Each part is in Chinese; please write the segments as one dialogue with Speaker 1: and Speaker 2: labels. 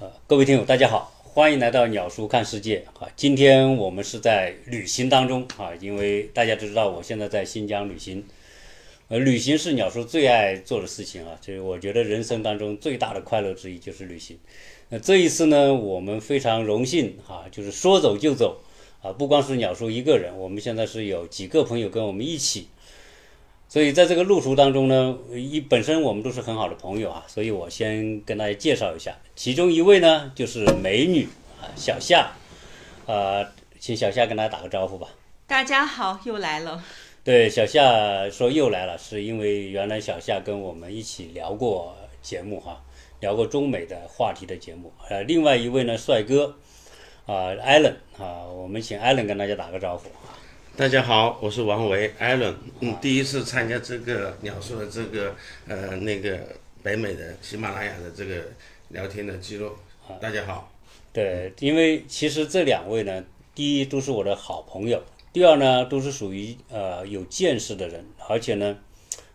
Speaker 1: 呃，各位听友，大家好，欢迎来到鸟叔看世界啊！今天我们是在旅行当中啊，因为大家都知道我现在在新疆旅行，呃，旅行是鸟叔最爱做的事情啊，这我觉得人生当中最大的快乐之一就是旅行。那这一次呢，我们非常荣幸啊，就是说走就走啊，不光是鸟叔一个人，我们现在是有几个朋友跟我们一起。所以在这个路途当中呢，一本身我们都是很好的朋友啊，所以我先跟大家介绍一下，其中一位呢就是美女啊小夏，呃，请小夏跟大家打个招呼吧。
Speaker 2: 大家好，又来了。
Speaker 1: 对，小夏说又来了，是因为原来小夏跟我们一起聊过节目哈、聊过中美的话题的节目。呃，另外一位呢，帅哥，啊、艾伦啊，我们请艾伦跟大家打个招呼。
Speaker 3: 大家好，我是王维 Allen，嗯，第一次参加这个鸟叔的这个呃那个北美的喜马拉雅的这个聊天的记录。大家好，
Speaker 1: 对，因为其实这两位呢，第一都是我的好朋友，第二呢都是属于呃有见识的人，而且呢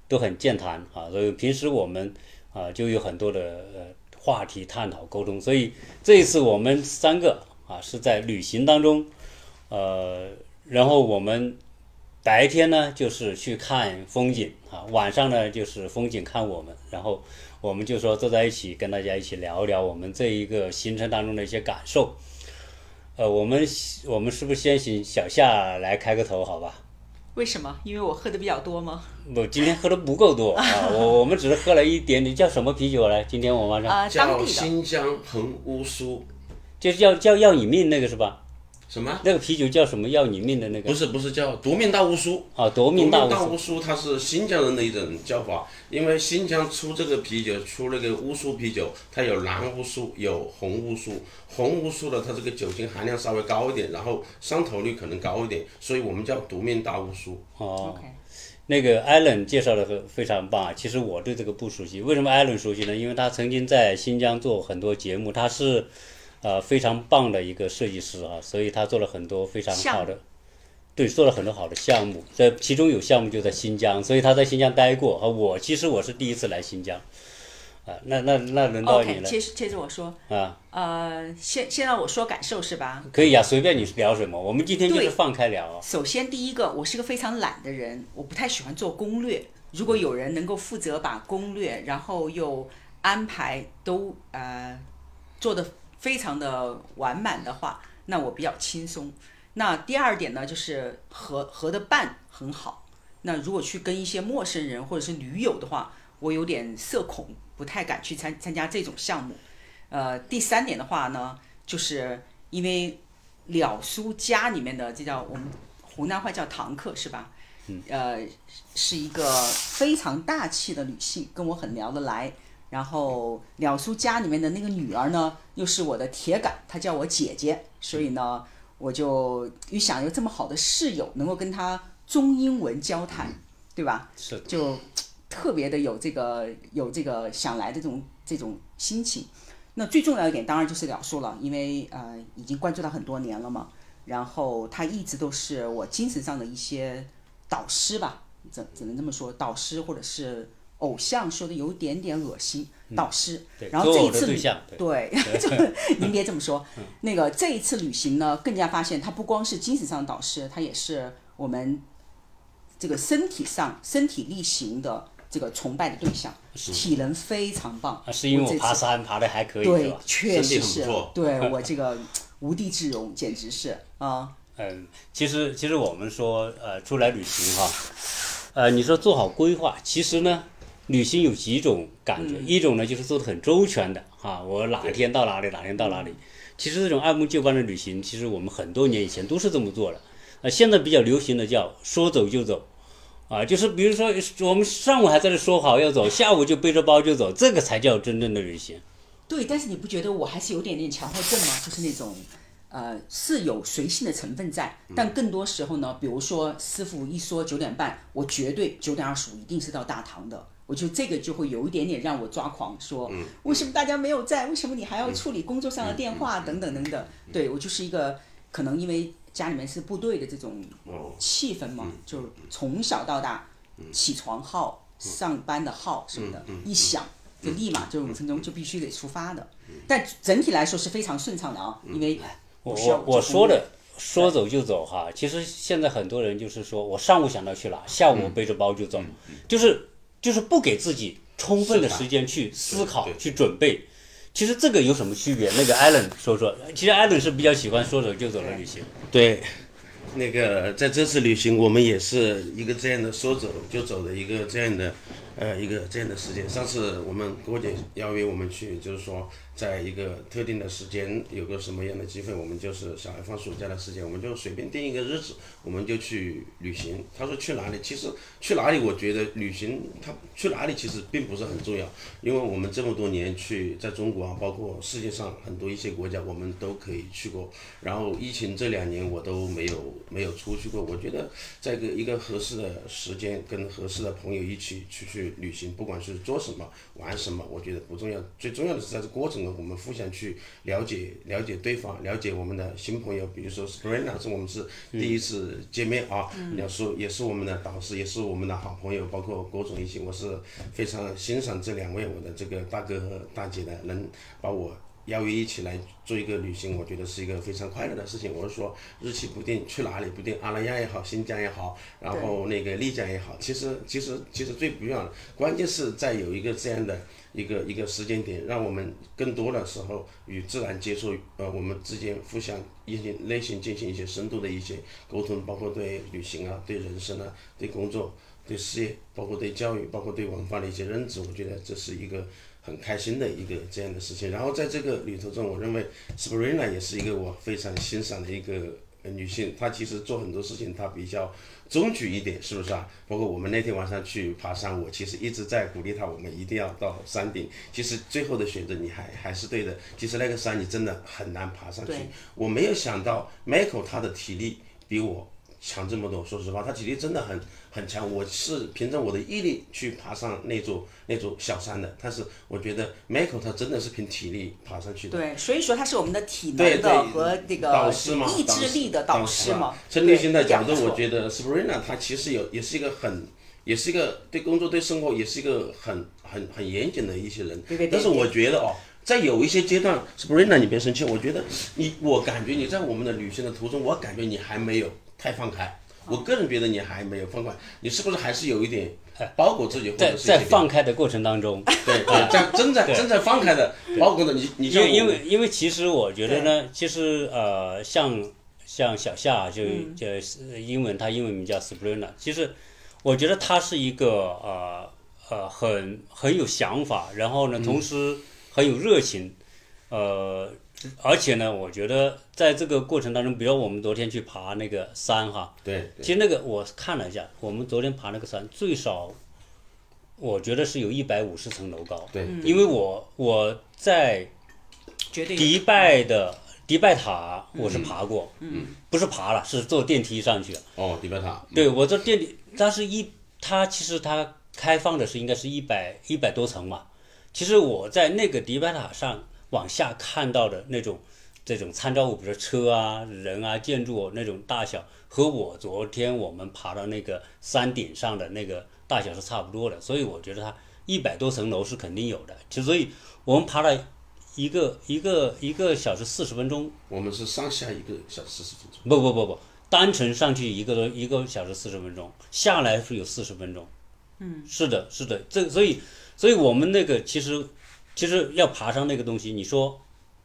Speaker 1: 都很健谈啊，所以平时我们啊、就有很多的呃话题探讨沟通，所以这一次我们三个啊是在旅行当中，呃，然后我们白天呢就是去看风景啊，晚上呢就是风景看我们，然后我们就说坐在一起跟大家一起聊一聊我们这一个行程当中的一些感受。呃，我们我们是不是先请小夏来开个头，好吧？
Speaker 2: 为什么？因为我喝的比较多吗？
Speaker 1: 我今天喝的不够 多啊，我我们只是喝了一点点，叫什么啤酒来？今天我晚上
Speaker 2: 啊、当
Speaker 3: 叫
Speaker 2: 地的
Speaker 3: 新疆恒乌苏
Speaker 1: 就是要叫要你命那个是吧？
Speaker 3: 什么？
Speaker 1: 那个啤酒叫什么？要你命的那
Speaker 3: 不
Speaker 1: 个
Speaker 3: 是不是叫夺命大乌苏，
Speaker 1: 啊，夺命大
Speaker 3: 夺
Speaker 1: 无
Speaker 3: 大
Speaker 1: 所。
Speaker 3: 乌苏它是新疆人的一种叫法，因为新疆出这个啤酒，出那个乌苏啤酒，它有蓝乌苏，有红乌苏。红乌苏呢，它这个酒精含量稍微高一点，然后伤头率可能高一点，所以我们叫夺命大乌苏。
Speaker 1: 哦
Speaker 2: OK
Speaker 1: 那个艾伦介绍的很非常棒啊。其实我对这个不熟悉，为什么艾伦熟悉呢？因为他曾经在新疆做很多节目，他是呃非常棒的一个设计师啊，所以他做了很多非常好的，对，做了很多好的项目。这其中有项目就在新疆，所以他在新疆待过啊。我其实我是第一次来新疆，啊，那那那轮到你
Speaker 2: OK，
Speaker 1: 了
Speaker 2: 接着接着我说，
Speaker 1: 啊，
Speaker 2: 呃，先先让我说感受是吧？
Speaker 1: 可以呀、啊随便你聊什么，我们今天就是
Speaker 2: 对
Speaker 1: 放开聊啊。
Speaker 2: 首先第一个，我是个非常懒的人，我不太喜欢做攻略。如果有人能够负责把攻略，然后又安排都呃做的非常的完满的话，那我比较轻松。那第二点呢，就是合合的伴很好。那如果去跟一些陌生人或者是驴友的话，我有点社恐，不太敢去参参加这种项目。呃，第三点的话呢，就是因为了书家里面的这叫我们湖南话叫堂客是吧？嗯，呃，是一个非常大气的女性，跟我很聊得来。然后了书家里面的那个女儿呢，又是我的铁杆，她叫我姐姐，所以呢，我就一想有这么好的室友，能够跟她中英文交谈，对吧？
Speaker 1: 是的，
Speaker 2: 就特别的有这个有这个想来的这种这种心情。那最重要一点当然就是了述了，因为呃已经关注他很多年了嘛，然后他一直都是我精神上的一些导师吧，只只能这么说，导师或者是偶像，说的有一点点恶心，导师。
Speaker 1: 嗯对，
Speaker 2: 然后
Speaker 1: 择
Speaker 2: 这
Speaker 1: 偶
Speaker 2: 一
Speaker 1: 的
Speaker 2: 次
Speaker 1: 对
Speaker 2: 旅
Speaker 1: 象，对，
Speaker 2: 对， 就您别这么说。那个这一次旅行呢，更加发现他不光是精神上的导师，他也是我们这个身体上身体力行的这个崇拜的对象，体能非常棒。
Speaker 1: 啊，是因为我
Speaker 2: 这
Speaker 1: 爬
Speaker 2: 次
Speaker 1: 山爬的还可以，是
Speaker 2: 对
Speaker 1: 吧？，
Speaker 2: 确实
Speaker 3: 身体很
Speaker 2: 是
Speaker 3: 不错，
Speaker 2: 对 我这个无地自容，简直是啊、
Speaker 1: 嗯，其实其实我们说呃出来旅行哈，呃你说做好规划，其实呢，旅行有几种感觉，一种呢就是做的很周全的哈，我哪天到哪里，哪天到哪里。其实这种按部就班的旅行，其实我们很多年以前都是这么做的。呃，现在比较流行的叫说走就走，啊，就是比如说我们上午还在这说好要走，下午就背着包就走，这个才叫真正的旅行。
Speaker 2: 对，但是你不觉得我还是有点点强迫症吗？就是那种，呃，是有随性的成分在，但更多时候呢，比如说师傅一说九点半，我绝对九点二十五一定是到大堂的。我就这个就会有一点点让我抓狂，说为什么大家没有在？为什么你还要处理工作上的电话等等等等？对我就是一个可能因为家里面是部队的这种
Speaker 3: 哦，嗯
Speaker 2: 气氛嘛，就从小到大，起床号、上班的号什么的，一响就立
Speaker 3: 嗯
Speaker 2: 马就五分钟就必须得出发的。但整体来说是非常顺畅的啊，
Speaker 3: 嗯
Speaker 2: 因为
Speaker 1: 嗯我
Speaker 2: 不需要
Speaker 1: 我我
Speaker 2: 做攻
Speaker 1: 说
Speaker 2: 略
Speaker 1: 的
Speaker 3: 哎
Speaker 1: 说走就走哈，其实现在很多人就是说我上午想到去哪，下
Speaker 3: 嗯
Speaker 1: 午背着包就走，就是就是不给自己充分的
Speaker 3: 是的
Speaker 1: 时间去思考
Speaker 3: 对、
Speaker 1: 去准备。其实这个有什么区别？那个艾伦说说，其实艾伦是比较喜欢说走就走的旅行。
Speaker 3: 对，那个在这次旅行，我们也是一个这样的说走就走的一个这样的，呃，一个这样的时间。上次我们郭姐邀约我们去，就是说在一个特定的时间有个什么样的机会，我们就是小孩放暑假的时间，我们就随便定一个日子，我们就去旅行。他说去哪里？其实去哪里，我觉得旅行它去哪里其实并不是很重要，因为我们这么多年去在中国啊，包括世界上很多一些国家，我们都可以去过。然后疫情这两年我都没有没有出去过，我觉得在一个一个合适的时间跟合适的朋友一起出去旅行，不管是做什么玩什么，我觉得不重要，最重要的是在这过程中我们互相去了解了解对方，了解我们的新朋友，比如说 Sprina 是我们是第一次见面啊，也是也是我们的导师，也是我们的好朋友，包括郭总一起，我是非常欣赏这两位我的这个大哥和大姐的，能把我邀约一起来做一个旅行，我觉得是一个非常快乐的事情。我是说，日期不定，去哪里不定，阿拉亚也好，新疆也好，然后那个丽江也好，其实其实其实最不一样的，关键是在有一个这样的一个一个时间点，让我们更多的时候与自然接触，呃，我们之间互相一些内心进行一些深度的一些沟通，包括对旅行啊、对人生啊、对工作、对事业，包括对教育，包括对文化的一些认知，我觉得这是一个很开心的一个这样的事情。然后在这个旅途中，我认为 Sabrina 也是一个我非常欣赏的一个呃女性，她其实做很多事情她比较中矩一点，是不是啊？包括我们那天晚上去爬山，我其实一直在鼓励她，我们一定要到山顶。其实最后的选择你还还是对的。其实那个山你真的很难爬上去
Speaker 2: 对。
Speaker 3: 我没有想到 Michael 他的体力比我强这么多，说实话，他体力真的很很强。我是凭着我的毅力去爬上那座那座小山的，但是我觉得 Michael 他真的是凭体力爬上去的。
Speaker 2: 对，所以说他是我们的体
Speaker 3: 对
Speaker 2: 能的
Speaker 3: 对，
Speaker 2: 和这个
Speaker 3: 导师嘛，
Speaker 2: 意志力的
Speaker 3: 导
Speaker 2: 师嘛
Speaker 3: 嘛。。从内心
Speaker 2: 现
Speaker 3: 的
Speaker 2: 在
Speaker 3: 角度，我觉得 Sabrina 她其实有也是一个很，也是一个对工作对生活也是一个很很很严谨的一些人
Speaker 2: 对对对。
Speaker 3: 但是我觉得哦，在有一些阶段，Sabrina 你别生气，我觉得你我感觉你在我们的旅行的途中，我感觉你还没有太放
Speaker 2: 啊
Speaker 3: 开。我个人觉得你还没有放开，你是不是还是有一点
Speaker 2: 哎
Speaker 3: 包裹自己，或者
Speaker 1: 在
Speaker 3: 是
Speaker 1: 在
Speaker 3: 一些
Speaker 1: 放开的过程当 中，
Speaker 3: 对对， 在正在正在放开的包裹着你，你
Speaker 1: 因
Speaker 3: 像
Speaker 1: 为
Speaker 3: 我
Speaker 1: 因为因为其实我觉得呢，其实呃，像像小夏啊就
Speaker 3: 嗯
Speaker 1: 就是英文，他英文名叫 Sabrina，其实我觉得他是一个呃呃很很有想法，然后呢，
Speaker 3: 嗯
Speaker 1: 同时很有热情，呃，而且呢，我觉得在这个过程当中，比如我们昨天去爬那个山哈，
Speaker 3: 对
Speaker 1: 其实那个我看了一下，我们昨天爬那个山最少，我觉得是有一百五十层楼高。
Speaker 3: 对，
Speaker 2: 嗯
Speaker 1: 因为我我在
Speaker 2: 绝对有
Speaker 1: 迪拜的迪拜塔我是爬过，嗯，不是爬了，是坐电梯上去了。
Speaker 3: 哦，迪拜塔，
Speaker 1: 对我坐电梯，它是一它其实它开放的是应该是一百一百多层嘛。其实我在那个迪拜塔上往下看到的那种这种参照物，比如说车啊、人啊、建筑那种大小，和我昨天我们爬到那个山顶上的那个大小是差不多的，所以我觉得它一百多层楼是肯定有的。就所以我们爬了一个一个一个小时四十分钟，
Speaker 3: 我们是上下一个小时十分钟。
Speaker 1: 不不不不，单程上去一个多一个小时四十分钟，下来是有四十分钟。嗯，是的，是的，这所以所以我们那个其实其实要爬上那个东西，你说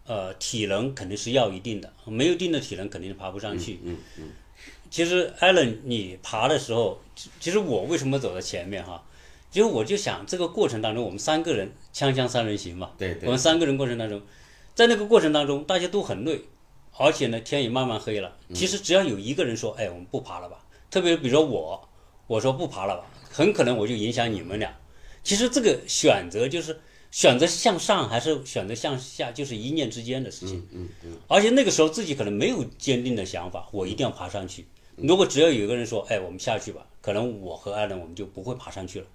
Speaker 1: 呃体能肯定是要一定的，没有一定的体能肯定是爬不上去。嗯嗯。其实艾伦，你爬的时候，其其实我为什么走在前面哈？其实我就想，这个过程当中，我们三个人锵锵三人行嘛，
Speaker 3: 对对
Speaker 1: 我们三个人过程当中，在那个过程当中，大家都很累，而且呢，天也慢慢黑了。其实只要有一个人说：“哎，我们不爬了吧。”特别比如说我，我说不爬了吧，很可能我就影响你们俩。其实这个选择就是选择向上还是选择向下，就是一念之间的事情。
Speaker 3: 嗯嗯，
Speaker 1: 而且那个时候自己可能没有坚定的想法，我一定要爬上去。如果只要有一个人说，哎，我们下去吧，可能我和艾伦我们就不会爬上去了，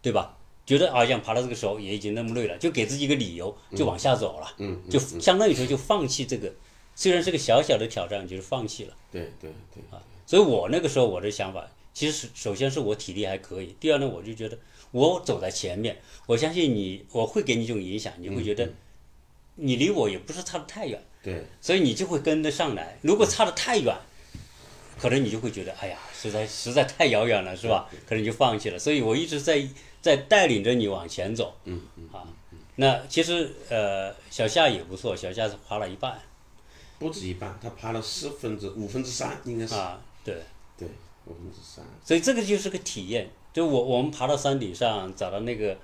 Speaker 1: 对吧？觉得好像爬到这个时候也已经那么累了，就给自己一个理由，就往下走了，
Speaker 3: 嗯
Speaker 1: 就相当于说就放弃这个，虽然是个小小的挑战，就是放弃了。
Speaker 3: 对对对，
Speaker 1: 所以我那个时候我的想法，其实首先是我体力还可以，第二呢，我就觉得我走在前面，我相信你，我会给你一种影响，你会觉得你离我也不是差得太远，
Speaker 3: 对，
Speaker 1: 所以你就会跟得上来。如果差得太远，可能你就会觉得，哎呀，实在实在太遥远了，是吧？可能你就放弃了。所以我一直在在带领着你往前走。嗯啊，那其实呃，小夏也不错，小夏是爬了一半
Speaker 3: 不止一半，他爬了四分之五分之三，应该是
Speaker 1: 啊，对。
Speaker 3: 对五分之三。
Speaker 1: 所以这个就是个体验。就我我们爬到山顶上，找到那个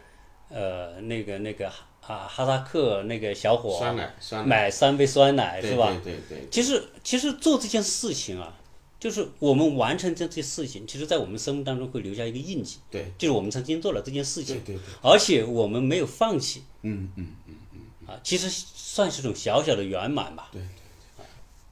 Speaker 1: 呃那个那个哈啊哈萨克那个小伙，
Speaker 3: 酸奶，酸奶
Speaker 1: 买三杯酸奶
Speaker 3: 对
Speaker 1: 是吧？
Speaker 3: 对对对，
Speaker 1: 其实其实做这件事情啊，就是我们完成这件事情，其实在我们生命当中会留下一个印记。
Speaker 3: 对，
Speaker 1: 就是我们曾经做了这件事情，
Speaker 3: 对对
Speaker 1: 而且我们没有放弃
Speaker 3: 嗯嗯。
Speaker 1: 啊，其实算是一种小小的圆满吧。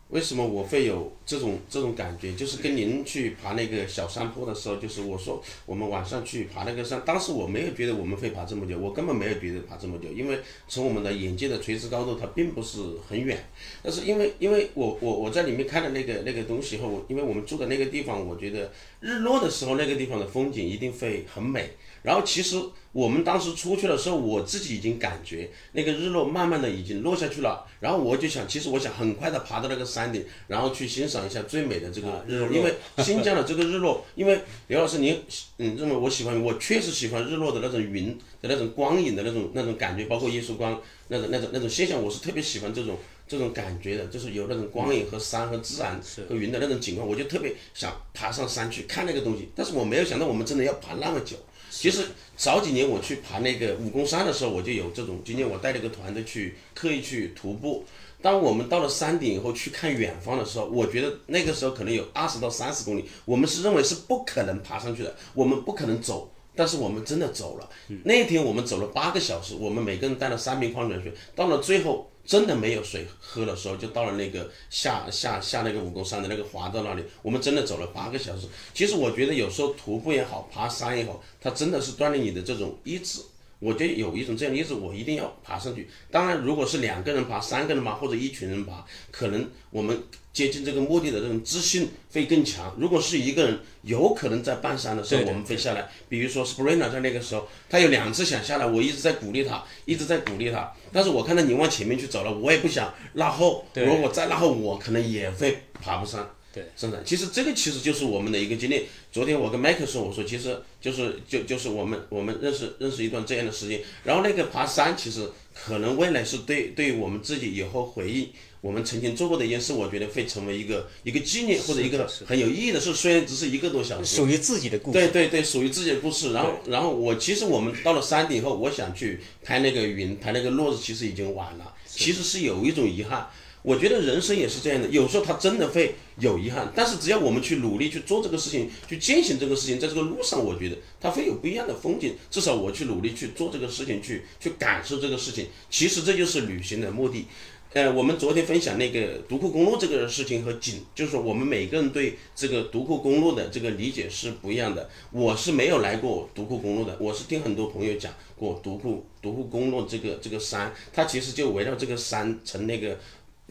Speaker 3: 为什么我会有这种这种感觉？就是跟您去爬那个小山坡的时候，就是我说我们晚上去爬那个山，当时我没有觉得我们会爬这么久，我根本没有觉得爬这么久，因为从我们的眼界的垂直高度，它并不是很远。但是因为因为我我我在里面看了那个那个东西后，我因为我们住的那个地方，我觉得日落的时候那个地方的风景一定会很美。然后其实我们当时出去的时候，我自己已经感觉那个日落慢慢的已经落下去了。然后我就想，其实我想很快的爬到那个山顶，然后去欣赏一下最美的这个啊日落，因为新疆的这个日落，因为刘老师您嗯认为我喜欢，我确实喜欢日落的那种云的那种光影的那种那种感觉，包括耶稣光那种那种那种现象，我是特别喜欢这种这种感觉的，就是有那种光影和山和自然和云的那种景观，我就特别想爬上山去看那个东西。但是我没有想到我们真的要爬那么久。其实早几年我去爬那个武功山的时候，我就有这种经验。我带了一个团队去刻意去徒步。当我们到了山顶以后去看远方的时候，我觉得那个时候可能有二十到三十公里，我们是认为是不可能爬上去的，我们不可能走。但是我们真的走了。那天我们走了八个小时，我们每个人带了三瓶矿泉水。到了最后真的没有水喝的时候，就到了那个下下下那个武功山的那个滑道那里，我们真的走了八个小时。其实我觉得有时候徒步也好，爬山也好，它真的是锻炼你的这种意志。我觉得有一种这样的意志，我一定要爬上去。当然，如果是两个人爬、三个人爬或者一群人爬，可能我们接近这个目的的这种自信会更强。如果是一个人，有可能在半山的时候
Speaker 1: 对对
Speaker 3: 我们飞下来，比如说 Sprinter 在那个时候，他有两次想下来，我一直在鼓励他，一直在鼓励他。但是我看到你往前面去走了，我也不想落后。
Speaker 1: 对
Speaker 3: 如果再落后，我可能也会爬不上。生产。其实这个其实就是我们的一个经历。昨天我跟麦克说，我说其实就是就就是我们我们认识认识一段这样的时间。然后那个爬山，其实可能未来是对对我们自己以后回忆我们曾经做过的一件事，我觉得会成为一个一个纪念或者一个很有意义的事。虽然只是一个多小时，
Speaker 1: 属于自己的故
Speaker 3: 对
Speaker 1: 事，
Speaker 3: 对对，属于自己的故事。然后，然后我其实我们到了山顶后，我想去拍那个云，拍那个落日，其实已经晚了。其实是有一种遗憾。我觉得人生也是这样的，有时候他真的会有遗憾，但是只要我们去努力去做这个事情，去践行这个事情，在这个路上，我觉得它会有不一样的风景。至少我去努力去做这个事情，去去感受这个事情，其实这就是旅行的目的。呃，我们昨天分享那个独库公路这个事情和景，就是说我们每个人对这个独库公路的这个理解是不一样的。我是没有来过独库公路的，我是听很多朋友讲过独库独库公路这个这个山，它其实就围绕这个山成那个。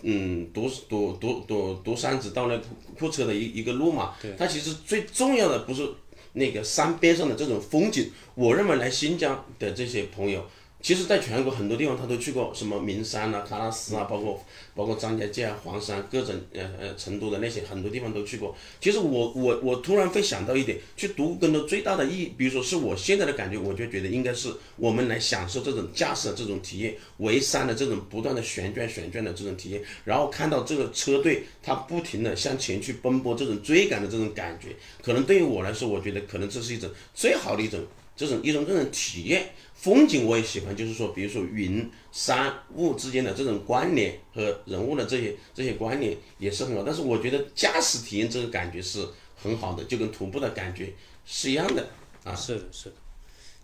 Speaker 3: 嗯，独独独独独山子到那库库车的一一个路嘛，它其实最重要的不是那个山边上的这种风景，我认为来新疆的这些朋友，其实在全国很多地方他都去过，什么名山啊、喀纳斯啊，包括包括张家界啊、黄山各种呃呃成都的那些很多地方都去过。其实我我我突然会想到一点，去独耕的最大的意义，比如说是我现在的感觉，我就觉得应该是我们来享受这种驾驶的这种体验，围山的这种不断的旋转旋转的这种体验，然后看到这个车队它不停的向前去奔波，这种追赶的这种感觉，可能对于我来说，我觉得可能这是一种最好的一种这种一种这种体验。风景我也喜欢，就是说，比如说云、山、雾之间的这种关联和人物的这些这些关联也是很好。但是我觉得驾驶体验这个感觉是很好的，就跟徒步的感觉是一样的。
Speaker 1: 是的，是的。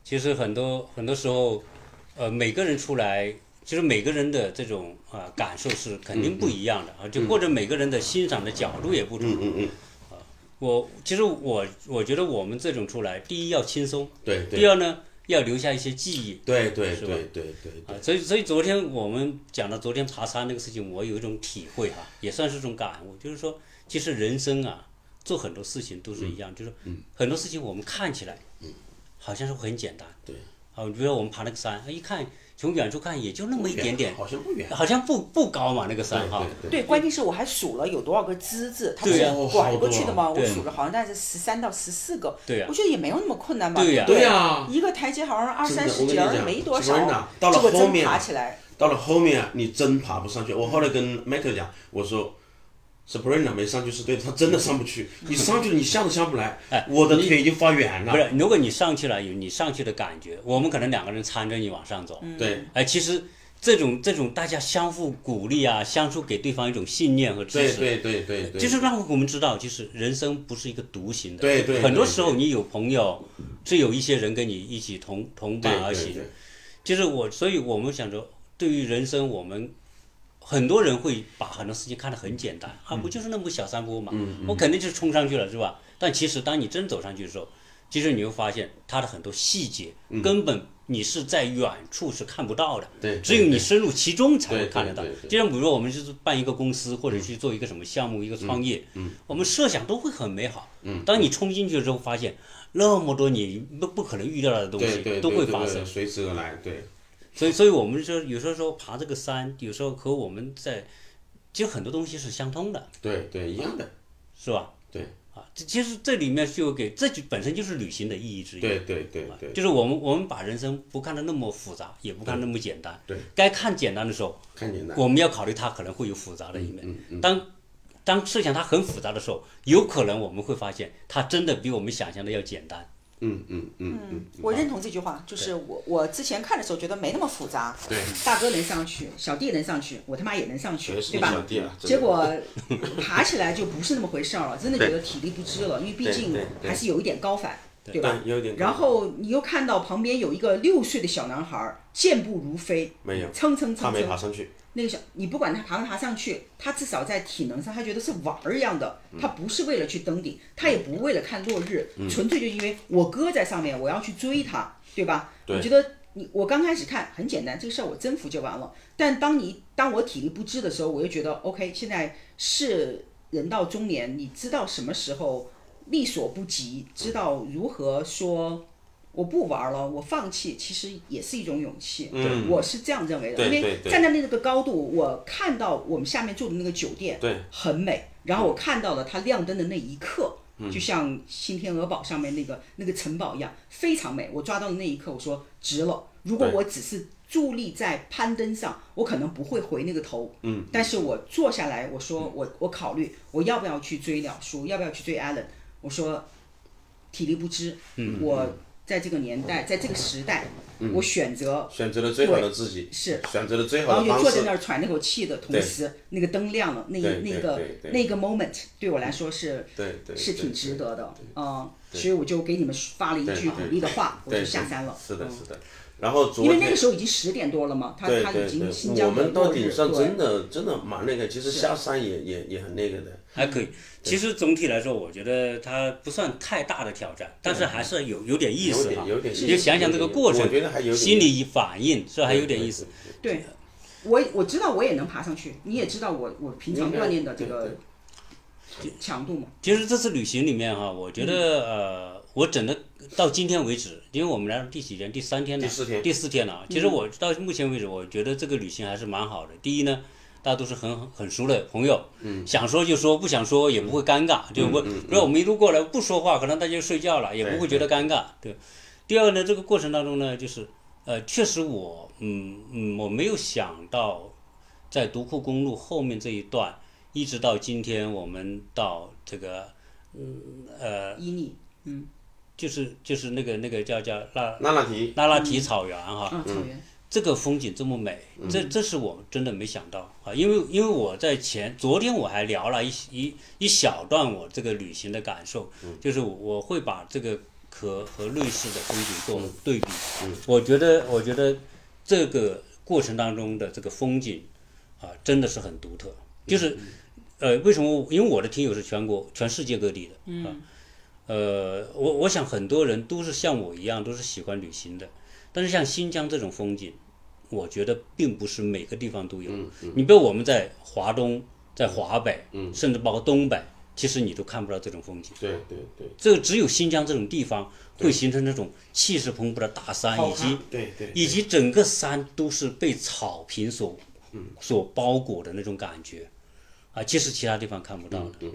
Speaker 1: 其实很多很多时候，呃，每个人出来，其实每个人的这种啊、呃感受是肯
Speaker 3: 嗯
Speaker 1: 定不一样的啊，就或者每个人的欣赏的角度也不同。啊
Speaker 3: 嗯嗯嗯，
Speaker 1: 我其实我我觉得我们这种出来，第一要轻松，
Speaker 3: 对对
Speaker 1: 第二呢要留下一些记忆
Speaker 3: 对对
Speaker 1: 是
Speaker 3: 对
Speaker 1: 吧
Speaker 3: 对对对，
Speaker 1: 啊。所以所以昨天我们讲到昨天爬山那个事情，我有一种体会哈、也算是一种感悟，就是说其
Speaker 3: 嗯
Speaker 1: 实人生啊，做很多事情都是一样，就是很多事情我们看起来好像是很简单。
Speaker 3: 对。
Speaker 1: 啊，比如说我们爬那个山，哎一看从远处看也就那么一点点，
Speaker 3: 好像不远。
Speaker 1: 好像不不高嘛那个山哈。
Speaker 3: 对
Speaker 2: 对，关键是我还数了有多少个“之”字，它不
Speaker 1: 对
Speaker 2: 是
Speaker 1: 呀
Speaker 3: 好
Speaker 2: 拐
Speaker 3: 多
Speaker 2: 过去的吗？我
Speaker 1: 对
Speaker 2: 数了，好像大概是十三到十四个。
Speaker 1: 对呀
Speaker 2: 我觉得也没有那么困难吧。
Speaker 1: 对呀
Speaker 2: 不
Speaker 3: 对呀
Speaker 2: 一个台阶好像二
Speaker 3: 真的
Speaker 2: 三十
Speaker 3: 我跟
Speaker 2: 节
Speaker 3: 你
Speaker 2: 儿
Speaker 3: 讲
Speaker 2: 没多
Speaker 3: 是真的
Speaker 2: 少，
Speaker 3: 到了
Speaker 2: 结果
Speaker 3: 后
Speaker 2: 真
Speaker 3: 面
Speaker 2: 爬起来，
Speaker 3: 到了后面啊，你真爬不上去。我后来跟 Michael 讲，我说 s p r i n t 没上去是对的，他真的上不去。你上去了，你下都下不来。我的腿已经发软
Speaker 1: 不
Speaker 3: 了。
Speaker 1: 是，如果你上去了，有你上去的感觉，我们可能两个人搀着你往上走。
Speaker 3: 对
Speaker 1: 哎，其实这种这种大家相互鼓励啊，相互给对方一种信念和支
Speaker 3: 对
Speaker 1: 持，啊
Speaker 3: 对对对对，
Speaker 1: 就是让我们知道，就是人生不是一个独行的。
Speaker 3: 对对对
Speaker 1: 很多时候你有朋友，是有一些人跟你一起同同
Speaker 3: 对
Speaker 1: 伴而
Speaker 3: 对
Speaker 1: 行
Speaker 3: 对。
Speaker 1: 就是我，所以我们想着，对于人生，我们很多人会把很多事情看得很简单啊，
Speaker 3: 嗯
Speaker 1: 不就是那么个小山坡嘛，我肯定就冲上去了，是吧？但其实当你真走上去的时候，其实你会发现它的很多细节，
Speaker 3: 嗯
Speaker 1: 根本你是在远处是看不到的，
Speaker 3: 对对
Speaker 1: 只有你深入其中才会
Speaker 3: 对
Speaker 1: 看得到
Speaker 3: 对对。对
Speaker 1: 就像比如说我们就是办一个公司，或者去做一个什么项目、一个创业，我们设想都会很美好。当你冲进去之后，发现那么多你不不可能预料到的东
Speaker 3: 对
Speaker 1: 西
Speaker 3: 对
Speaker 1: 都会
Speaker 3: 对
Speaker 1: 发
Speaker 3: 对
Speaker 1: 生。
Speaker 3: 随之而来。对，
Speaker 1: 所以，所以我们说，有时候说爬这个山，有时候和我们在，其实很多东西是相通的，
Speaker 3: 对对一样的。
Speaker 1: 是吧？
Speaker 3: 对
Speaker 1: 啊，这其实这里面就给这就本身就是旅行的意义之一。
Speaker 3: 对对对
Speaker 1: 啊
Speaker 3: 对，
Speaker 1: 就是我们我们把人生不看得那么复杂，也不看得那么简单。
Speaker 3: 对，
Speaker 1: 该看简单的时候，
Speaker 3: 看简单。
Speaker 1: 我们要考虑它可能会有复杂的一
Speaker 3: 嗯
Speaker 1: 面。当当设想它很复杂的时候，有可能我们会发现它真的比我们想象的要简单。
Speaker 3: 嗯嗯嗯嗯，
Speaker 2: 我认同这句话，就是我我之前看的时候觉得没那么复杂，
Speaker 3: 对，
Speaker 2: 大哥能上去，小弟能上去，我他妈也能上去，
Speaker 3: 全是
Speaker 2: 对
Speaker 3: 你
Speaker 2: 吧？
Speaker 3: 小弟了。啊真
Speaker 2: 结
Speaker 3: 的
Speaker 2: 果爬起来就不是那么回事儿了，真的觉得体力不支了，因为毕竟
Speaker 3: 对对
Speaker 2: 还是有一点高反，对吧？
Speaker 3: 对有点高
Speaker 2: 然后你又看到旁边有一个六岁的小男孩儿健步如飞，
Speaker 3: 没有，
Speaker 2: 蹭蹭
Speaker 3: 他
Speaker 2: 蹭
Speaker 3: 没
Speaker 2: 蹭
Speaker 3: 爬，上去。
Speaker 2: 那个小，你不管他爬没爬上去，他至少在体能上，他觉得是玩儿一样的，他不是为了去登顶，他也不为了看落日，纯粹就因为我哥在上面，我要去追他，对吧？我觉得你我刚开始看很简单，这个事儿我征服就完了。但当你当我体力不支的时候，我就觉得 OK，现在是人到中年，你知道什么时候力所不及，知道如何说。我不玩儿了，我放弃，其实也是一种勇气。
Speaker 3: 嗯
Speaker 2: 我是这样认为的，
Speaker 3: 对
Speaker 2: 因为
Speaker 3: 对对
Speaker 2: 站在那个高度，我看到我们下面住的那个酒店，
Speaker 3: 对，
Speaker 2: 很美。然后我看到了它亮灯的那一刻，
Speaker 3: 嗯
Speaker 2: 就像新天鹅堡上面那个那个城堡一样，非常美。我抓到的那一刻，我说值了。如果
Speaker 3: 对
Speaker 2: 我只是伫立在攀登上，我可能不会回那个头。嗯，但是我坐下来，我说我我考虑我要不要去追鸟叔，要不要去追 Allen。我说体力不支，嗯、我在这个年代，在这个时代，我选择
Speaker 3: 选择了最好的自己，
Speaker 2: 是
Speaker 3: 选择了最
Speaker 2: 然
Speaker 3: 好
Speaker 2: 后
Speaker 3: 嗯的
Speaker 2: 就
Speaker 3: 方
Speaker 2: 坐在
Speaker 3: 式
Speaker 2: 那。儿喘那口气的同时，那个灯亮了，那一
Speaker 3: 对对
Speaker 2: 那个
Speaker 3: 对对
Speaker 2: 那个 moment 对我来说是
Speaker 3: 对对，
Speaker 2: 是
Speaker 3: 对
Speaker 2: 挺值。
Speaker 3: 对
Speaker 2: 得的，嗯，所以我就给你们发了一
Speaker 3: 对
Speaker 2: 句鼓
Speaker 3: 对
Speaker 2: 励的话，我
Speaker 3: 对
Speaker 2: 就下山了。
Speaker 3: 是的，
Speaker 2: 嗯
Speaker 3: 是的。然后昨
Speaker 2: 因
Speaker 3: 天
Speaker 2: 为那个时候已经十点多了嘛，他
Speaker 3: 对
Speaker 2: 他
Speaker 3: 对
Speaker 2: 已
Speaker 3: 对
Speaker 2: 经新，
Speaker 3: 我
Speaker 2: 疆的
Speaker 3: 们到
Speaker 2: 落日
Speaker 3: 顶上
Speaker 2: 对
Speaker 3: 真的真的蛮那个，其实下山也也也很那个的。
Speaker 1: 还可以。其实总体来说，我觉得它不算太大的挑战，但是还是有有点意思
Speaker 3: 嗯有
Speaker 1: 哈。
Speaker 3: 点有点意思
Speaker 1: 你就想想这个过程，
Speaker 3: 我觉得还有点
Speaker 1: 心理反应是吧还有点意思。
Speaker 2: 对，我我知道我也能爬上去，你也知道我我平常
Speaker 3: 应该
Speaker 2: 锻炼的这
Speaker 3: 对
Speaker 2: 个强度嘛，
Speaker 1: 其实这次旅行里面哈，我觉得、
Speaker 3: 嗯
Speaker 1: 呃，我整的到今天为止，因为我们来到第几天？第三天了，
Speaker 3: 第四天
Speaker 1: 第四天了啊。其实我到目前为止，我觉得这个旅行还是蛮好的。第一呢，大家都是很很熟的朋友，嗯，想说就说，不想说也不会尴尬，就不，如果我们一路过来不说话，可能大家就睡觉了，也不会觉得尴尬，对。第二个呢，这个过程当中呢，就是呃，确实我嗯嗯，我没有想到在独库公路后面这一段，一直到今天我们到这个
Speaker 2: 伊利，
Speaker 1: 就是就是那个那个叫叫那
Speaker 3: 那那提
Speaker 1: 拉拉提草原哈、
Speaker 2: 嗯，草原，
Speaker 1: 这个风景这么美，这这是我真的没想到啊！因为因为我在前昨天我还聊了一一一小段我这个旅行的感受，就是我会把这个和和瑞士的风景做对比，我觉得我觉得这个过程当中的这个风景啊，真的是很独特，就是呃，为什么？因为我的听友是全国全世界各地的，啊，呃，我我想很多人都是像我一样，都是喜欢旅行的。但是像新疆这种风景，我觉得并不是每
Speaker 3: 嗯嗯
Speaker 1: 个地方都有。你比如我们在华东、在华北，甚至包括东北，其实你都看不到这种风景。
Speaker 3: 对对对，
Speaker 1: 这只有新疆这种地方会形成那种气势磅礴的大山，
Speaker 3: 好
Speaker 1: 以
Speaker 3: 看
Speaker 1: 及
Speaker 3: 对对
Speaker 1: 以及整个山都是被草坪所
Speaker 3: 嗯
Speaker 1: 所包裹的那种感觉，啊，其实其他地方看不到的。嗯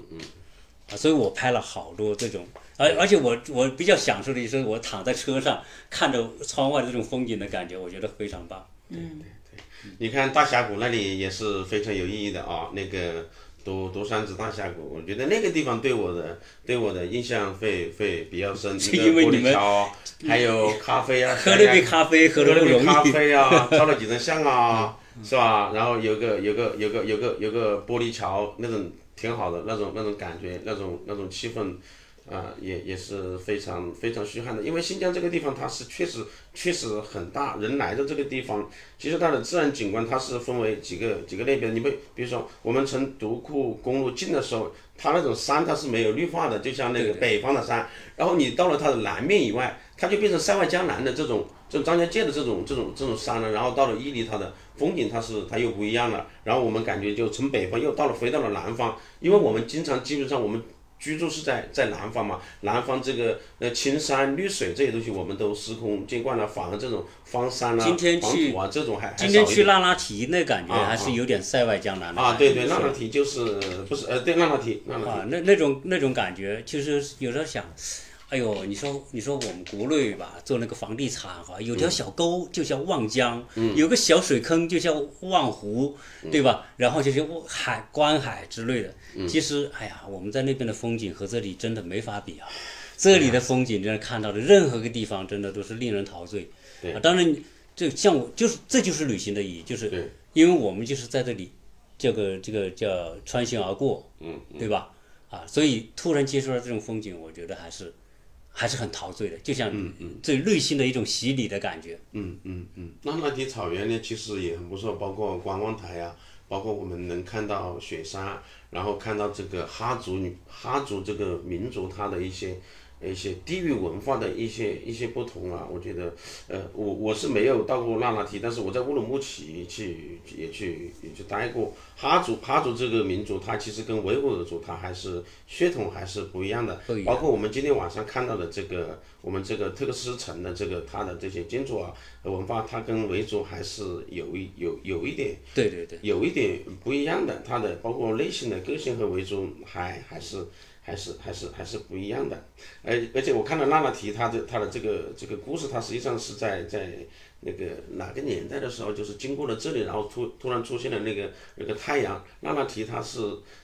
Speaker 1: 啊，所以我拍了好多这种，而而且我我比较享受的就是我躺在车上看着窗外的这种风景的感觉，我觉得非常棒。
Speaker 3: 你看大峡谷那里也是非常有意义的啊，那个独独山子大峡谷，我觉得那个地方对我的对我的印象会会比较深。
Speaker 1: 是
Speaker 3: 一个
Speaker 1: 因为
Speaker 3: 玻
Speaker 1: 你
Speaker 3: 璃
Speaker 1: 们
Speaker 3: 桥啊还有咖啡啊，
Speaker 1: 喝了
Speaker 3: 香呀
Speaker 1: 杯咖啡，喝的
Speaker 3: 了
Speaker 1: 不容
Speaker 3: 杯咖
Speaker 1: 易。嗯
Speaker 3: 啡 啊，照了几张相啊，是吧？然后有个有个有个有个有个玻璃桥，那种挺好的那种那种感觉，那种那种气氛。啊、也也是非常非常虚撼的，因为新疆这个地方它是确实确实很大，人来到这个地方，其实它的自然景观它是分为几个几个类别的。你们比如说，我们从独库公路进的时候，它那种山它是没有绿化的，就像那个北方的山，然后你到了它的南面以外，它就变成塞外江南的这种这种张家界的这种这种这种山了。然后到了伊犁，它的风景它是它又不一样了。然后我们感觉就从北方又到了回到了南方，因为我们经常基本上我们居住是在在南方嘛，南方这个呃青山绿水这些东西我们都司空见惯了，反而这种荒山啊、
Speaker 1: 今天
Speaker 3: 黄
Speaker 1: 去
Speaker 3: 土啊这种还还
Speaker 1: 今天
Speaker 3: 少一
Speaker 1: 去
Speaker 3: 点
Speaker 1: 那拉提，那感觉
Speaker 3: 啊
Speaker 1: 还是有点塞外江南的
Speaker 3: 啊，
Speaker 1: 感觉
Speaker 3: 对对，那
Speaker 1: 是吧
Speaker 3: 道题就是不是呃对那道题那道题。
Speaker 1: 啊，那那种那种感觉，就是有时候想，哎呦，你说你说我们国内吧，做那个房地产哈，有条小沟就叫望江，有个小水坑就叫望湖，对吧？然后就是海观海之类的。其实，哎呀，我们在那边的风景和这里真的没法比啊。这里的风景真的看到的任何个地方，真的都是令人陶醉。
Speaker 3: 对
Speaker 1: 啊，当然，这像我就是这就是旅行的意义，就是
Speaker 3: 对
Speaker 1: 因为我们就是在这里，这个这个叫穿行而过，嗯，对吧？啊，所以突然接触到这种风景，我觉得还是还是很陶醉的，就像对内心的一种洗礼的感觉。
Speaker 3: 嗯嗯嗯，那那提草原呢，其实也很不错，包括观光台啊呀、包括我们能看到雪山，然后看到这个哈族女哈族这个民族它的一些一些地域文化的一些一些不同啊，我觉得，呃，我我是没有到过那拉提，但是我在乌鲁木齐去也去也去待过。哈族哈族这个民族，它其实跟维吾尔族它还是血统还是不一样的
Speaker 1: 不一，样
Speaker 3: 包括我们今天晚上看到的这个我们这个特克斯城的这个它的这些建筑啊文化，它跟维族还是有一有有一点
Speaker 1: 对对对，
Speaker 3: 有一点不一样的，它的包括类型的个性和维族还还是还是还是还是不一样的。而而且我看到娜娜提她的她的这个这个故事，它实际上是在在那个哪个年代的时候，就是经过了这里，然后突突然出现了那个那个太阳。娜娜提它是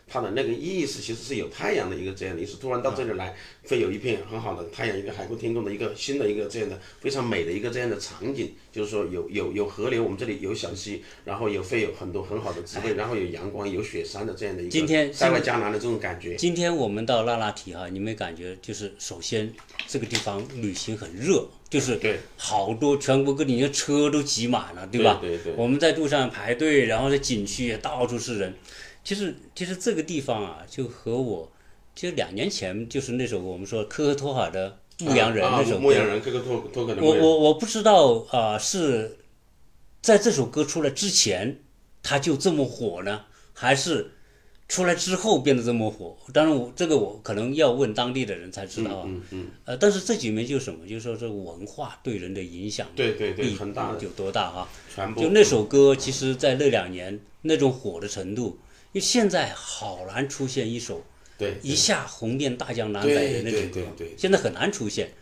Speaker 3: 它的那个意义是其实是有太阳的一个这样的意思，突然到这里来，会有一片很好的太阳，一个海阔天空的一个新的一个这样的非常美的一个这样的场景，就是说有有有河流，我们这里有小溪，然后有会有很多很好的植被，然后有阳光，有雪山的这样的一个
Speaker 1: 今天
Speaker 3: 塞外江南的这种感觉。
Speaker 1: 今天我们到拉拉提哈，你们感觉就是首先这个地方旅行很热，就是
Speaker 3: 对
Speaker 1: 好多全国各地的车都挤满了，对吧？
Speaker 3: 对对对
Speaker 1: 我们在路上排队，然后在景区也到处是人。其实其实这个地方啊，就和我其实两年前就是那首我们说科克托尔的《牧羊人》
Speaker 3: 啊
Speaker 1: 那首歌，
Speaker 3: 牧羊人，克克托托克的牧
Speaker 1: 我
Speaker 3: 羊人，
Speaker 1: 我我不知道啊、呃是在这首歌出来之前他就这么火呢，还是出来之后变得这么火？当然我，这个我可能要问当地的人才知道啊。
Speaker 3: 嗯嗯，
Speaker 1: 呃，但是这几面就是什么，就是说这文化对人的影响
Speaker 3: 对对对，
Speaker 1: 力
Speaker 3: 很大的嗯
Speaker 1: 有多大啊？
Speaker 3: 传播。
Speaker 1: 就那首歌，其实在那两年那种火的程度，因为现在好难出现一首
Speaker 3: 对
Speaker 1: 一下红遍大江南北
Speaker 3: 对
Speaker 1: 的那
Speaker 3: 对
Speaker 1: 种
Speaker 3: 对
Speaker 1: 歌
Speaker 3: 对
Speaker 1: 现在很难出现。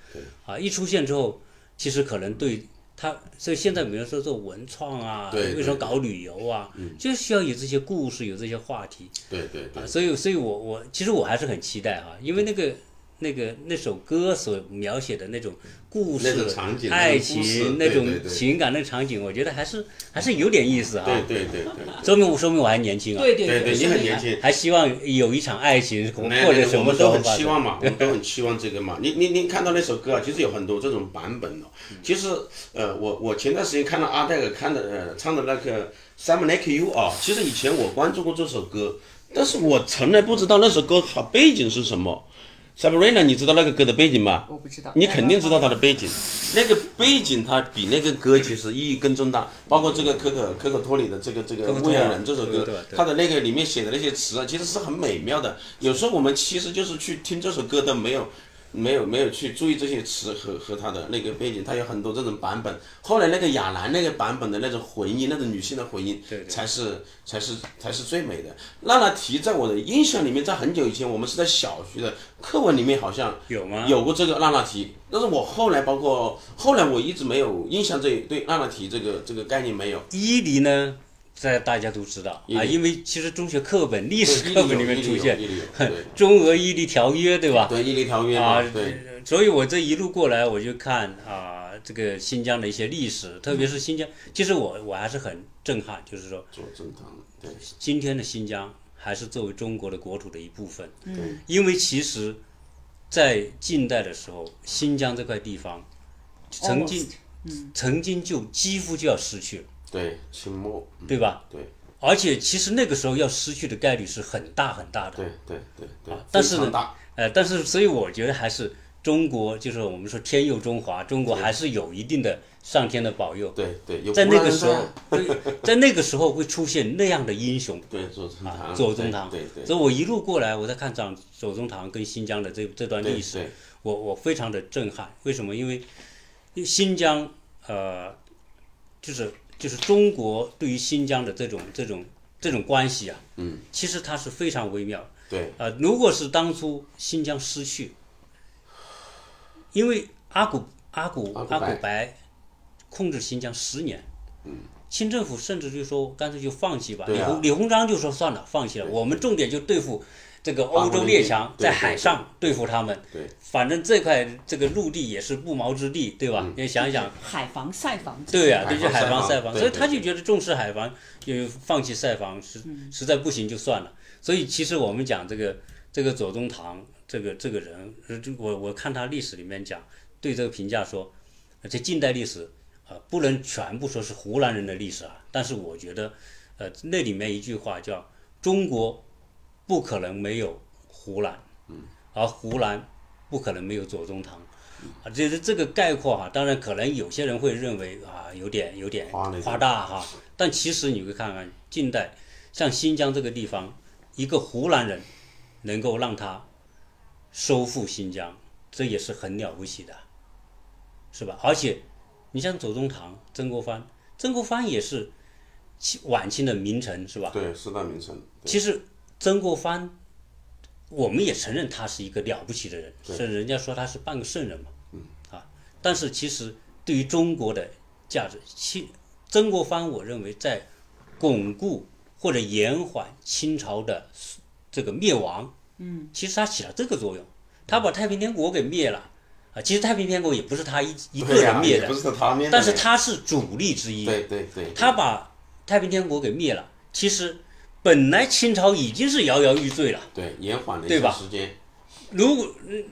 Speaker 1: 啊，一出现之后，其实可能对他，所以现在比如说做文创啊，
Speaker 3: 对对
Speaker 1: 为什么搞旅游啊，就需要有这些故事，有这些话题
Speaker 3: 对对对
Speaker 1: 啊。所以，所以我我其实我还是很期待哈、因为那个。那个那首歌所描写的那种故
Speaker 3: 那
Speaker 1: 事
Speaker 3: 种场、景
Speaker 1: 爱
Speaker 3: 那种故事
Speaker 1: 情、
Speaker 3: 对
Speaker 1: 那种
Speaker 3: 对对
Speaker 1: 情感、那场景，我觉得还是还是有点意思啊。
Speaker 3: 对对对对对。
Speaker 1: 说明我说明我还年轻啊。
Speaker 2: 对
Speaker 3: 对对，
Speaker 2: 对，
Speaker 3: 你很年轻。
Speaker 1: 还希望有一场爱情或
Speaker 3: 那
Speaker 1: 或者什
Speaker 3: 我
Speaker 1: 么
Speaker 3: 们
Speaker 1: 时候
Speaker 3: 都很
Speaker 1: 发
Speaker 3: 期
Speaker 1: 生
Speaker 3: 望嘛，我们都很期望这个嘛。你你你看到那首歌啊，其实有很多这种版本哦。
Speaker 1: 嗯
Speaker 3: 其实呃，我我前段时间看到阿黛尔看的呃唱的那个《Someone Like You》啊，其实以前我关注过这首歌，但是我从来不知道那首歌它背景是什么。 Sabrina，你知道那个歌的背景吗？
Speaker 2: 我不知道。
Speaker 3: 你肯定知道它的背景，那个背景它比那个歌其实意义更重大。包括这个可可可可托里的这个这个
Speaker 1: 可
Speaker 3: 《
Speaker 1: 托
Speaker 3: 牧
Speaker 1: 里
Speaker 3: 羊人》这首
Speaker 1: 对
Speaker 3: 歌
Speaker 1: 对，对
Speaker 3: 它的那个里面写的那些词啊，其实是很美妙的。有时候我们其实就是去听这首歌的，没有没有没有去注意这些词和和它的那个背景，它有很多这种版本。后来那个亚楠那个版本的那种混音，那种女性的混音，
Speaker 1: 对对
Speaker 3: 才是才是才是最美的。娜娜提在我的印象里面，在很久以前，我们是在小学的课文里面好像
Speaker 1: 有吗？
Speaker 3: 有过这个娜娜提，但是我后来包括后来我一直没有印象这对娜娜提这个这个概念没有。
Speaker 1: 伊犁呢，在大家都知道
Speaker 3: 伊犁
Speaker 1: 啊，因为其实中学课本、历
Speaker 3: 历
Speaker 1: 史课本里面出现
Speaker 3: 伊 犁有，对
Speaker 1: 中俄伊犁条约，对吧？
Speaker 3: 对伊犁条约嘛
Speaker 1: 啊，
Speaker 3: 对，
Speaker 1: 所以我这一路过来，我就看啊，这个新疆的一些历史，特别是新疆，其实我我还是很震撼，就是说
Speaker 3: 做正堂，对
Speaker 1: 今天的新疆还是作为中国的国土的一部分，
Speaker 3: 对
Speaker 1: 因为其实，在近代的时候，新疆这块地方曾经
Speaker 2: Almost，
Speaker 1: 曾经就几乎就要失去了，
Speaker 3: 对，清末，嗯
Speaker 1: 对吧？
Speaker 3: 对
Speaker 1: 而且其实那个时候要失去的概率是很大很大的，
Speaker 3: 对对对对
Speaker 1: 啊，但是
Speaker 3: 非
Speaker 1: 呢
Speaker 3: 常大，
Speaker 1: 呃，但是所以我觉得还是中国，就是我们说天佑中华，中国还是有一定的上天的保佑，
Speaker 3: 对对，有
Speaker 1: 在
Speaker 3: 湖
Speaker 1: 那
Speaker 3: 南
Speaker 1: 个
Speaker 3: 人
Speaker 1: 时候
Speaker 3: 在，
Speaker 1: 对在那个时候会出现那样的英雄，
Speaker 3: 对左宗
Speaker 1: 啊，
Speaker 3: 棠，
Speaker 1: 左宗棠。
Speaker 3: 嗯对对对
Speaker 1: 所以我一路过来，我在看长左宗棠跟新疆的这这段历史，
Speaker 3: 对
Speaker 1: 我我非常的震撼。为什么？因为因为新疆，呃，就是就是中国对于新疆的这种这种这种关系啊，嗯，其实它是非常微妙。
Speaker 3: 对
Speaker 1: 呃，如果是当初新疆失去，因为阿古阿古
Speaker 3: 阿古
Speaker 1: 阿
Speaker 3: 白
Speaker 1: 古白控制新疆十年，清政府甚至就说干脆就放弃吧。
Speaker 3: 嗯对
Speaker 1: 李
Speaker 3: 啊
Speaker 1: 鸿李鸿章就说算了，放弃了，我们重点就对付这个欧洲列强，
Speaker 3: 对
Speaker 1: 在海上对付他们。
Speaker 3: 对，
Speaker 1: 反正这块这个陆地也是不毛之地，对吧？你想一想，
Speaker 2: 海防、晒防这些。
Speaker 1: 对呀、
Speaker 3: 嗯海
Speaker 1: 对，就
Speaker 3: 防
Speaker 1: 海
Speaker 3: 晒
Speaker 1: 防
Speaker 3: 防
Speaker 1: 晒防，
Speaker 3: 对
Speaker 1: 所以
Speaker 3: 对
Speaker 1: 他就
Speaker 3: 对
Speaker 1: 觉得重视海防，就放弃晒防，实实在不行就算了。所以其实我们讲这个这个左宗棠这个这个人，呃就我我看他历史里面讲对这个评价说，呃这近代历史啊、呃不能全部说是湖南人的历史啊，但是我觉得呃那里面一句话叫中国不可能没有湖南，而湖南不可能没有左宗棠。啊，这是这个概括哈、当然可能有些人会认为啊，有点有点
Speaker 3: 夸了一点
Speaker 1: 夸大哈、但其实你会看看近代，像新疆这个地方，一个湖南人能够让他收复新疆，这也是很了不起的，是吧？而且你像左宗棠、曾国藩，曾国藩也是清晚清的名臣，是吧？
Speaker 3: 对四大名臣，对
Speaker 1: 其实曾国藩，我们也承认他是一个了不起的人，甚至人家说他是半个圣人嘛。嗯。啊，但是其实对于中国的价值，清曾国藩，我认为在巩固或者延缓清朝的这个灭亡，嗯，其实他起了这个作用，他把太平天国给灭了。啊，其实太平天国也不是他一一个
Speaker 3: 对呀
Speaker 1: 人灭
Speaker 3: 也
Speaker 1: 的，
Speaker 3: 不是他灭的，
Speaker 1: 但是他是主力之一。
Speaker 3: 对对对，
Speaker 1: 他把太平天国给灭了，其实本来清朝已经是摇摇欲坠了。
Speaker 3: 对延缓了一
Speaker 1: 对吧
Speaker 3: 些时间，
Speaker 1: 如果嗯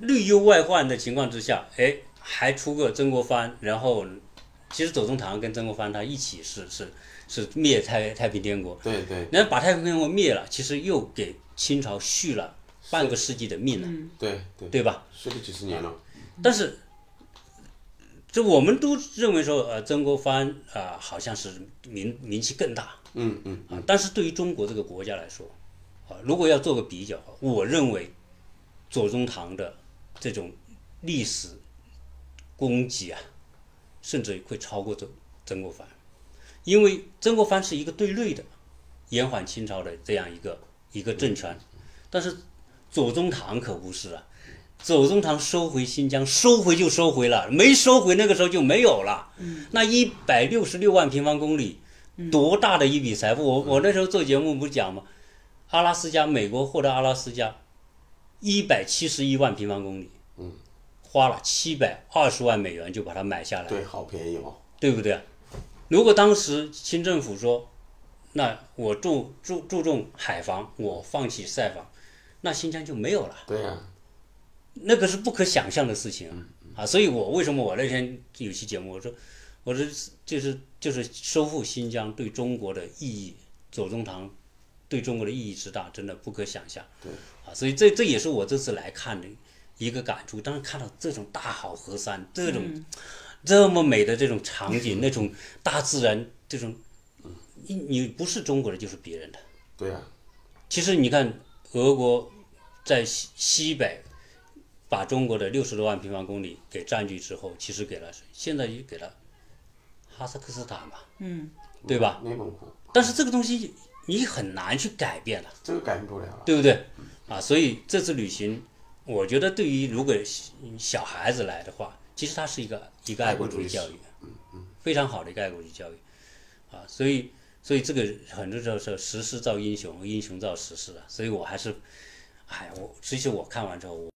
Speaker 1: 内忧外患的情况之下，哎，还出个曾国藩，然后其实左宗棠跟曾国藩他一起是是是灭太太平天国，
Speaker 3: 对对
Speaker 1: 然后把太平天国灭了，其实又给清朝续了半个世纪的命了，
Speaker 3: 对对，
Speaker 1: 对吧？
Speaker 3: 睡了几十年了，
Speaker 1: 但是，这我们都认为说，呃，曾国藩啊、好像是名名气更大，
Speaker 3: 嗯嗯，
Speaker 1: 啊，但是对于中国这个国家来说，啊，如果要做个比较，我认为左宗棠的这种历史功绩啊，甚至会超过曾曾国藩，因为曾国藩是一个对内的延缓清朝的这样一个一个政权，但是左宗棠可不是啊。左宗棠收回新疆，收回就收回了，没收回那个时候就没有了。那一百六十六万平方公里，多大的一笔财富！我我那时候做节目不讲吗？阿拉斯加，美国获得阿拉斯加一百七十一万平方公里，花了七百二十万美元就把它买下来，
Speaker 3: 对，好便宜哦，
Speaker 1: 对不对？如果当时清政府说，那我注注注重海防，我放弃晒防，那新疆就没有了。
Speaker 3: 对呀、
Speaker 1: 那个是不可想象的事情啊！啊，所以我为什么我那天有期节目我说，我说就是就是收复新疆对中国的意义，左宗棠对中国的意义之大，真的不可想象。
Speaker 3: 对，
Speaker 1: 啊，所以这这也是我这次来看的一个感触。当时看到这种大好河山，这种、这么美的这种场景，那种大自然，这种嗯你你不是中国的就是别人的。
Speaker 3: 对啊，
Speaker 1: 其实你看，俄国在西西北把中国的六十多万平方公里给占据之后，其实给了谁现在也给了哈萨克斯坦吧，嗯，对吧？
Speaker 3: 内蒙古
Speaker 1: 但是这个东西你很难去改变了，
Speaker 3: 这个改变不了了。
Speaker 1: 对不对？啊，所以这次旅行，我觉得对于如果小小孩子来的话，其实它是一个一个爱国主义嗯教育，非常好的一个爱国主义教育，啊，所以所以这个很多时候是时势造英雄，英雄造时势啊，所以我还是，哎，我其实我看完之后，我